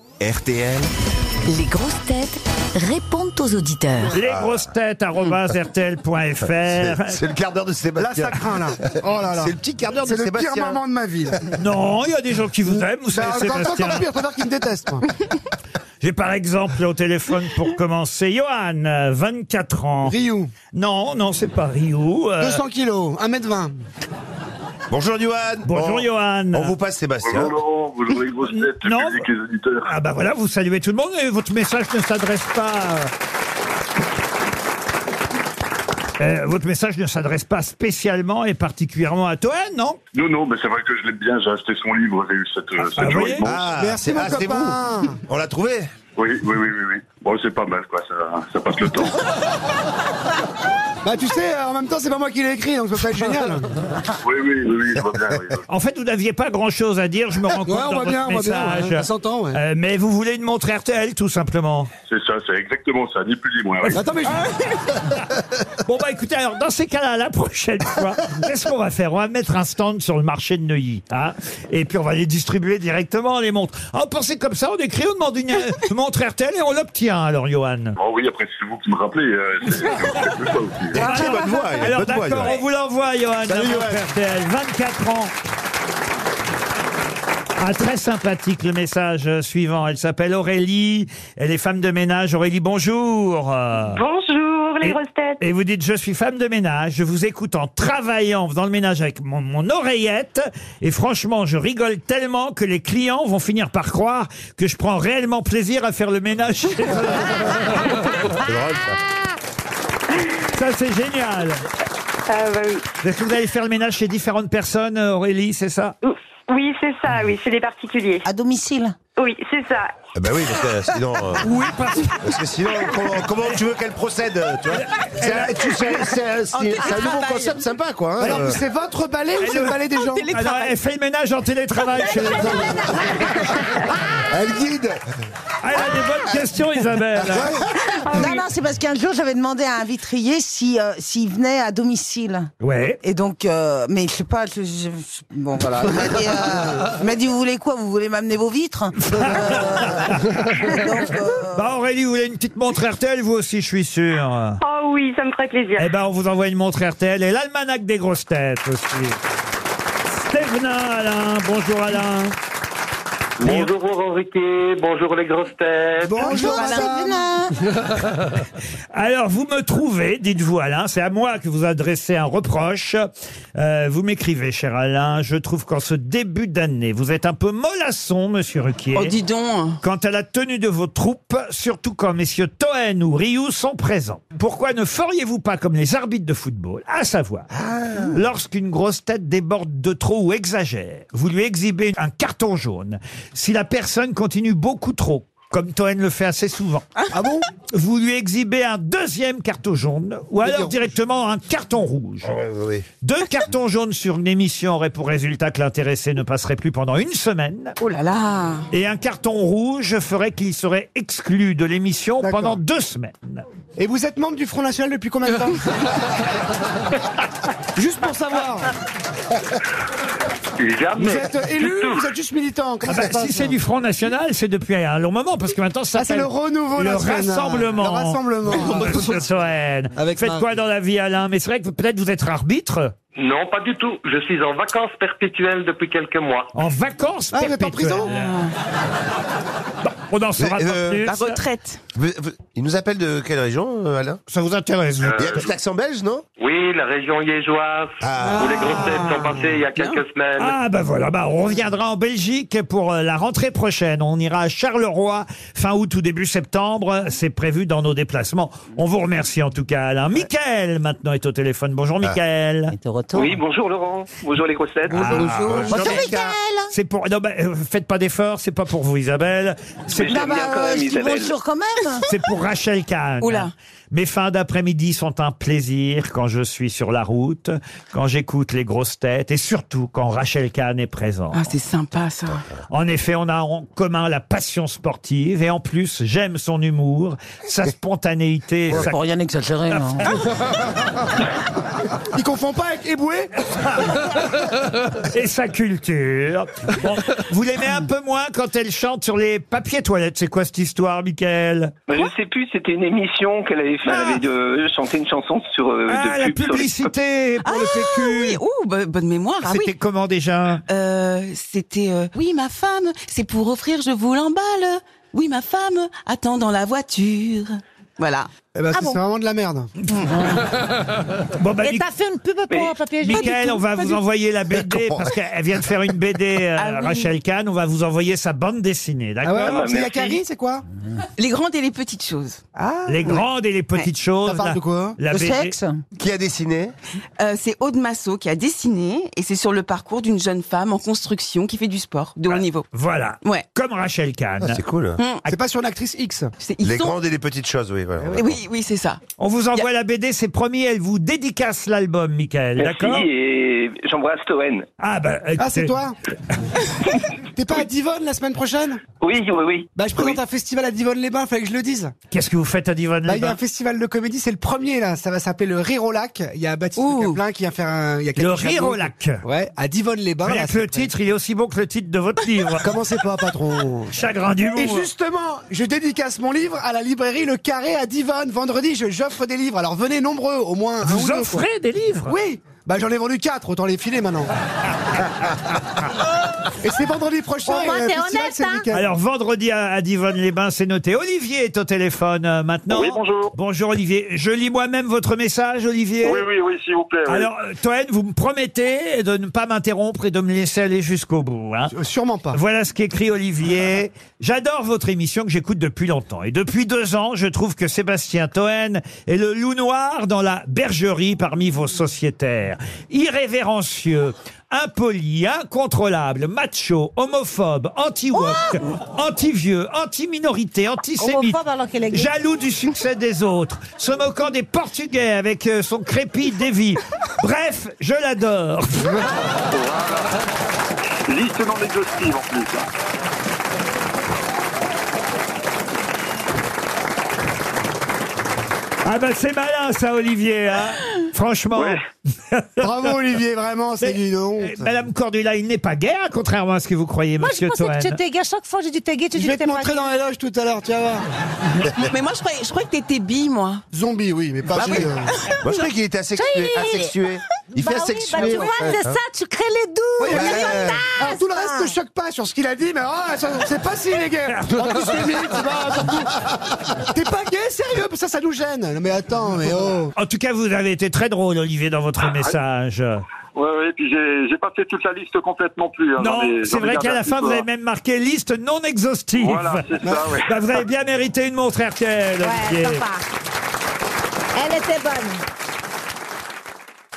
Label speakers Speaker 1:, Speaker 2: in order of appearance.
Speaker 1: RTL.
Speaker 2: Les grosses têtes répondent aux auditeurs.
Speaker 3: Ah.
Speaker 4: C'est
Speaker 5: lesgrossetêtes.fr.
Speaker 4: c'est le quart d'heure de
Speaker 3: Là,
Speaker 4: Sébastien.
Speaker 3: ça craint, là. Oh là là.
Speaker 4: C'est le petit quart d'heure de
Speaker 3: C'est le
Speaker 4: Sébastien.
Speaker 3: pire moment de ma vie. Bah, là.
Speaker 5: Non, il y a des gens qui vous aiment, vous
Speaker 3: Bah,
Speaker 5: savez,
Speaker 3: Encore
Speaker 5: Sébastien.
Speaker 3: encore pire, je préfère qu'il me déteste, moi.
Speaker 5: J'ai par exemple au téléphone pour commencer Johan, euh, 24 ans.
Speaker 3: Ryu,
Speaker 5: Non, non, c'est pas euh, Rio.
Speaker 3: 200 kilos, 1m20.
Speaker 4: Bonjour Johan.
Speaker 5: Bonjour,
Speaker 4: On-
Speaker 5: Johan.
Speaker 4: On vous passe Sébastien.
Speaker 6: Bonjour Laurent, bonjour les grosses têtes,
Speaker 5: Non.
Speaker 6: le public et les auditeurs.
Speaker 5: Ah bah voilà, vous saluez tout le monde et votre message ne s'adresse pas. euh, votre message ne s'adresse pas spécialement et particulièrement à Toen, non
Speaker 6: Non, non, mais c'est vrai que je l'aime bien, j'ai acheté son livre, j'ai eu cette, euh, cette
Speaker 5: ah, oui.
Speaker 6: journée. Bon,
Speaker 4: Ah,
Speaker 3: Merci,
Speaker 4: c'est-
Speaker 3: mon
Speaker 4: ah, c'est
Speaker 3: copain.
Speaker 4: vous. On l'a trouvé.
Speaker 6: oui, oui, oui, oui, oui. Bon, c'est pas mal, quoi, ça, ça passe le temps.
Speaker 3: Bah, tu sais, en même temps, c'est pas moi qui l'ai écrit, donc ça peut pas être génial.
Speaker 6: oui, oui, oui, oui, je vois bien. Oui.
Speaker 5: En fait, vous n'aviez pas grand-chose à dire, je me rends compte
Speaker 3: Ouais, on
Speaker 5: dans
Speaker 3: voit
Speaker 5: votre
Speaker 3: bien, on voit bien,
Speaker 5: message.
Speaker 3: ouais, ça s'entend, ouais.
Speaker 5: Euh, mais vous voulez une montre RTL, tout simplement.
Speaker 6: C'est ça, c'est exactement ça, ni plus ni moins. oui.
Speaker 3: Attends, mais je-
Speaker 5: Bon bah écoutez, alors dans ces cas-là, la prochaine fois, qu'est-ce qu'on va faire On va mettre un stand sur le marché de Neuilly, hein Et puis on va les distribuer directement les montres. Ah, on pensait comme ça, on écrit, on demande une euh, montre RTL et on l'obtient alors, Johan.
Speaker 6: Bon, oui, après, c'est vous qui me rappelez, euh, c'est c'est quelque chose aussi.
Speaker 4: Ah, c'est bonne voix. il a
Speaker 5: Alors
Speaker 4: bonne voix,
Speaker 5: d'accord,
Speaker 4: Johan.
Speaker 5: on vous l'envoie, Johan. la
Speaker 4: Salut,
Speaker 5: montre
Speaker 4: Johan.
Speaker 5: RTL, 24 ans. Ah, très sympathique le message suivant. Elle s'appelle Aurélie. Elle est femme de ménage. Aurélie, bonjour. Euh,
Speaker 7: Bonjour les
Speaker 5: Et-
Speaker 7: grosses têtes.
Speaker 5: Et vous dites, je suis femme de ménage, je vous écoute en travaillant, en faisant le ménage avec mon, mon oreillette, et franchement, je rigole tellement que les clients vont finir par croire que je prends réellement plaisir à faire le ménage.
Speaker 4: C'est drôle, ça.
Speaker 5: Ça, c'est génial.
Speaker 7: Ah, bah oui,
Speaker 5: Est-ce que vous allez faire le ménage chez différentes personnes, euh, Aurélie, c'est ça
Speaker 7: Ouf. oui c'est ça, oui, chez les particuliers.
Speaker 8: À domicile
Speaker 7: Oui, c'est ça.
Speaker 4: Eh Ben oui, parce que sinon. euh,
Speaker 5: Oui, Ah, parce
Speaker 4: Parce que sinon, comment, comment tu veux qu'elle procède euh, tu vois C'est un- tu sais, c'est un c'est- c'est un nouveau concept sympa, quoi. hein, euh.
Speaker 3: Alors, c'est votre balai ou c'est le balai des gens
Speaker 5: Alors, elle fait le ménage en télétravail chez les gens.
Speaker 4: Elle guide.
Speaker 5: Ah, Elle a des bonnes questions, Isabelle.
Speaker 8: Non, non, c'est parce qu'un jour, j'avais demandé à un vitrier si, euh, s'il venait à domicile.
Speaker 5: Ouais.
Speaker 8: Et donc, euh, mais je sais pas, je- je- je- bon voilà. Il m'a dit, euh, il m'a dit, vous voulez quoi Vous voulez m'amener vos vitres Euh, donc, euh,
Speaker 5: Bah, Aurélie, vous voulez une petite montre RTL, vous aussi, je suis sûr.
Speaker 7: Oh oui, ça me ferait plaisir.
Speaker 5: Eh ben, on vous envoie une montre RTL et l'almanach des grosses têtes aussi. Stévenin, Alain, bonjour Alain.
Speaker 9: Bonjour Laurent Ruquier, bonjour les grosses têtes.
Speaker 3: Bonjour, madame.
Speaker 8: Alain.
Speaker 5: Alors, vous me trouvez, dites-vous Alain, c'est à moi que vous adressez un reproche. Euh, vous m'écrivez, cher Alain, je trouve qu'en ce début d'année, vous êtes un peu mollasson, monsieur Ruquier.
Speaker 8: Oh, dis donc.
Speaker 5: Quant à la tenue de vos troupes, surtout quand messieurs Toen ou Ryu sont présents, pourquoi ne feriez-vous pas comme les arbitres de football, à savoir,
Speaker 3: Ah.
Speaker 5: lorsqu'une grosse tête déborde de trop ou exagère, vous lui exhibez un carton jaune. Si la personne continue beaucoup trop, comme Toen le fait assez souvent,
Speaker 3: Ah bon
Speaker 5: vous lui exhibez un deuxième carton jaune, ou alors
Speaker 3: rouge. Ah
Speaker 5: directement un carton rouge.
Speaker 4: Ouais, ouais, ouais.
Speaker 5: Deux cartons jaunes sur une émission auraient pour résultat que l'intéressé ne passerait plus pendant une semaine.
Speaker 8: Oh là là.
Speaker 5: Et un carton rouge ferait qu'il serait exclu de l'émission
Speaker 3: D'accord. Ah,
Speaker 5: pendant deux semaines.
Speaker 3: Et vous êtes membre du Front National depuis combien de temps Juste pour savoir. Vous
Speaker 9: Jamais.
Speaker 3: êtes élu ou vous êtes juste militant Comment
Speaker 5: Ah bah,
Speaker 3: ça se passe hein.
Speaker 5: si c'est du Front National, c'est depuis un long moment, parce que maintenant ça
Speaker 3: Ah, c'est
Speaker 5: s'appelle
Speaker 3: le renouveau
Speaker 5: le
Speaker 3: national.
Speaker 5: rassemblement.
Speaker 3: Le rassemblement.
Speaker 5: Ah, monsieur Toen.
Speaker 3: Avec
Speaker 5: Faites
Speaker 3: Marc.
Speaker 5: quoi dans la vie, Alain Mais c'est vrai que peut-être vous êtes arbitre
Speaker 9: Non, pas du tout. Je suis en vacances perpétuelles depuis quelques mois.
Speaker 5: en vacances.
Speaker 3: Ah, vous êtes en
Speaker 5: perpétuelles.
Speaker 3: prison Ah.
Speaker 5: Bon, On en saura
Speaker 4: Mais,
Speaker 5: pas
Speaker 4: euh,
Speaker 5: plus.
Speaker 8: La retraite.
Speaker 4: Vous- vous- Il nous appelle de quelle région, euh, Alain
Speaker 5: Ça vous intéresse vous
Speaker 4: Il
Speaker 6: Euh,
Speaker 4: y a plus l'accent belge, non
Speaker 9: Oui, la région liégeoise,
Speaker 4: Ah.
Speaker 9: où les grosses têtes sont passées il y a quelques semaines.
Speaker 5: Ah bah voilà, bah on reviendra en Belgique pour euh, la rentrée prochaine. On ira à Charleroi fin août ou début septembre. C'est prévu dans nos déplacements. On vous remercie en tout cas Alain. Michael maintenant est au téléphone. Bonjour
Speaker 8: Ah.
Speaker 5: Michael.
Speaker 8: Et de retour.
Speaker 9: Oui, bonjour Laurent, bonjour les grosses têtes.
Speaker 8: Bonjour,
Speaker 4: Jean-Michel.
Speaker 8: Michael.
Speaker 5: C'est pour non bah, euh, faites pas d'efforts, c'est pas pour vous Isabelle. C'est
Speaker 9: Mais j'aime
Speaker 8: Non,
Speaker 9: bien
Speaker 8: bah,
Speaker 9: quand
Speaker 8: euh,
Speaker 9: même
Speaker 8: je dis
Speaker 9: Isabelle.
Speaker 8: bonjour quand même.
Speaker 5: C'est pour Rachel Kahn.
Speaker 8: Oula.
Speaker 5: Mes fins d'après-midi sont un plaisir quand je suis sur la route, quand j'écoute les grosses têtes et surtout quand Rachel Kahn est présente.
Speaker 8: Ah, c'est sympa ça.
Speaker 5: En effet, on a en commun la passion sportive et en plus, j'aime son humour, sa spontanéité, sa...
Speaker 8: Faut Oh, rien exagérer. hein.
Speaker 3: Il confond pas avec Eboué
Speaker 5: et sa culture. Bon, vous l'aimez un peu moins quand elle chante sur les papiers toilettes, c'est quoi cette histoire, Michael
Speaker 1: Bah, je sais plus, c'était une émission qu'elle avait fait. Elle avait
Speaker 9: euh,
Speaker 1: de, chanté une chanson sur euh,
Speaker 5: Ah,
Speaker 1: de
Speaker 5: la
Speaker 1: pub sur les-
Speaker 5: publicité pour le PQ
Speaker 10: Oui, ouh,
Speaker 8: bah,
Speaker 10: bo- bonne mémoire. Ah
Speaker 5: C'était
Speaker 10: oui,
Speaker 5: comment déjà
Speaker 10: Euh, c'était euh, oui ma femme, c'est pour offrir, je vous l'emballe. Oui ma femme, attends dans la voiture. Voilà.
Speaker 3: Eh ben,
Speaker 10: Ah
Speaker 3: c'est
Speaker 10: bon
Speaker 3: c'est vraiment de la merde.
Speaker 5: Bon, bah,
Speaker 11: Et
Speaker 5: Mi-
Speaker 11: t'as fait une pub pour
Speaker 1: Mais-
Speaker 11: un papier jaune
Speaker 5: Michael, on va vous envoyer la BD parce qu'elle vient de faire une BD, euh,
Speaker 10: Ah oui.
Speaker 5: Rachel Kahn. On va vous envoyer sa bande dessinée,
Speaker 3: Ah
Speaker 5: d'accord
Speaker 3: ouais,
Speaker 1: bah,
Speaker 3: c'est
Speaker 1: merci.
Speaker 3: Yakari, c'est quoi
Speaker 10: Les grandes et les petites choses.
Speaker 3: Ah,
Speaker 5: Les grandes et les petites choses.
Speaker 3: ça parle
Speaker 5: la-
Speaker 3: de quoi hein
Speaker 5: la
Speaker 8: Le
Speaker 5: BD
Speaker 8: sexe
Speaker 4: Qui a dessiné
Speaker 10: Euh, c'est Aude Massot qui a dessiné et c'est sur le parcours d'une jeune femme en construction qui fait du sport de haut niveau.
Speaker 5: Voilà.
Speaker 10: Ouais.
Speaker 5: Comme Rachel Kahn.
Speaker 4: Ah, C'est cool.
Speaker 3: Ah, C'est pas sur une actrice X.
Speaker 10: C'est- ils
Speaker 4: Les
Speaker 10: sont-
Speaker 4: grandes et les petites choses, oui. Voilà.
Speaker 10: Oui, oui, c'est ça.
Speaker 5: On vous envoie la BD, c'est promis, elle vous dédicace l'album, Michael, d'accord
Speaker 1: Merci et j'embrasse Toen.
Speaker 5: Ah bah
Speaker 3: Ah, c'est
Speaker 5: écoutez,
Speaker 3: toi T'es pas à Divonne la semaine prochaine
Speaker 1: Oui, oui, oui.
Speaker 3: Bah, je
Speaker 1: Oui.
Speaker 3: présente un festival à Divonne-les-Bains, fallait que je le dise.
Speaker 5: Qu'est-ce que vous faites à Divonne
Speaker 3: Là, Bah, il y a un festival de comédie, c'est le premier, là. Ça va s'appeler le Rire au Lac. Il y a Baptiste
Speaker 10: Ouh.
Speaker 3: Caplin qui vient faire un. il y a
Speaker 5: Le
Speaker 3: Cathy
Speaker 5: rire
Speaker 3: Chabot.
Speaker 5: au lac.
Speaker 3: Ouais, à Divonne-les-Bains.
Speaker 5: Rien
Speaker 3: là,
Speaker 5: que
Speaker 3: c'est
Speaker 5: le
Speaker 3: prêt.
Speaker 5: titre, il est aussi bon que le titre de votre livre.
Speaker 3: Commencez pas, patron.
Speaker 5: Chagrin du
Speaker 3: Et
Speaker 5: monde.
Speaker 3: justement, je dédicace mon livre à la librairie Le Carré à Divonne. Vendredi, je- j'offre des livres. Alors venez nombreux, au moins un ou
Speaker 5: Vous
Speaker 3: deux, quoi.
Speaker 5: offrez des livres
Speaker 3: ah Oui bah j'en ai vendu quatre, autant les filer maintenant. et c'est vendredi prochain.
Speaker 11: Au moins,
Speaker 3: et le
Speaker 11: t'es
Speaker 3: festival,
Speaker 11: honnête,
Speaker 3: c'est le
Speaker 11: hein.
Speaker 3: week-end.
Speaker 5: Alors vendredi à, à Divonne-les-Bains, c'est noté. Olivier est au téléphone euh, maintenant.
Speaker 9: Oui, bonjour.
Speaker 5: Bonjour Olivier. Je lis moi-même votre message, Olivier.
Speaker 9: Oui, oui, oui, s'il vous plaît. oui.
Speaker 5: Alors, euh, Toen, vous me promettez de ne pas m'interrompre et de me laisser aller jusqu'au bout. hein.
Speaker 3: Euh, Sûrement pas.
Speaker 5: Voilà ce qu'écrit Olivier. J'adore votre émission que j'écoute depuis longtemps. Et depuis deux ans, je trouve que Sébastien Toen est le loup noir dans la bergerie parmi vos sociétaires. Irrévérencieux, impoli, incontrôlable, macho, homophobe, anti-woke, anti-vieux, anti-minorité, antisémite.
Speaker 11: Oh Homophobe alors qu'elle est gay.
Speaker 5: Jaloux du succès des autres, se moquant des Portugais avec euh, son crépi dévi. Bref, je l'adore.
Speaker 9: Liste non exhaustive en plus. hein.
Speaker 5: Ah bah c'est malin ça, Olivier. hein. Franchement.
Speaker 9: Ouais.
Speaker 3: Bravo Olivier, vraiment, c'est du don.
Speaker 5: Eh, Madame Cordula, il n'est pas gay, hein, contrairement à ce que vous croyez,
Speaker 11: Moi, je
Speaker 5: monsieur
Speaker 11: pensais
Speaker 5: Toen.
Speaker 11: que tu étais gay. Chaque fois, j'ai dit t'es gay, tu dis
Speaker 3: Je
Speaker 11: que
Speaker 3: vais
Speaker 11: t'es
Speaker 3: te
Speaker 11: pas
Speaker 3: montrer
Speaker 11: gay.
Speaker 3: dans les loges tout à l'heure, tu vas voir.
Speaker 10: Mais moi je croyais, je croyais que t'étais bi moi.
Speaker 3: Zombie, oui, mais
Speaker 11: Bah
Speaker 3: pas chez, euh,
Speaker 4: Moi, je croyais qu'il était asexué. asexué. Il fait
Speaker 11: Bah oui,
Speaker 4: asexué.
Speaker 11: bah tu
Speaker 4: en
Speaker 11: vois,
Speaker 4: fait,
Speaker 11: c'est
Speaker 4: hein.
Speaker 11: ça, tu crées les doutes.
Speaker 3: Ouais. Alors, tout le reste
Speaker 11: Ah,
Speaker 3: ne choque pas sur ce qu'il a dit, mais oh, ça, c'est pas si les gars. Antisémite, bah, surtout. T'es pas gay, sérieux Ça, ça nous gêne. Non, mais attends, mais oh.
Speaker 5: En tout cas, vous avez été très drôle, Olivier, dans
Speaker 9: Ah,
Speaker 5: votre message.
Speaker 9: Oui, oui, puis j'ai j'ai pas fait toute la liste complète non plus. hein.
Speaker 5: non,
Speaker 9: J'en ai- j'en
Speaker 5: c'est
Speaker 9: ai
Speaker 5: vrai
Speaker 9: gardé
Speaker 5: qu'à
Speaker 9: un
Speaker 5: la
Speaker 9: petit
Speaker 5: fin,
Speaker 9: peu,
Speaker 5: vous avez
Speaker 9: hein.
Speaker 5: même marqué liste non exhaustive.
Speaker 9: Voilà, c'est ça, oui.
Speaker 5: Bah, vous avez bien mérité une montre RTL,
Speaker 11: Ouais,
Speaker 5: Olivier.
Speaker 11: sympa. Elle était bonne.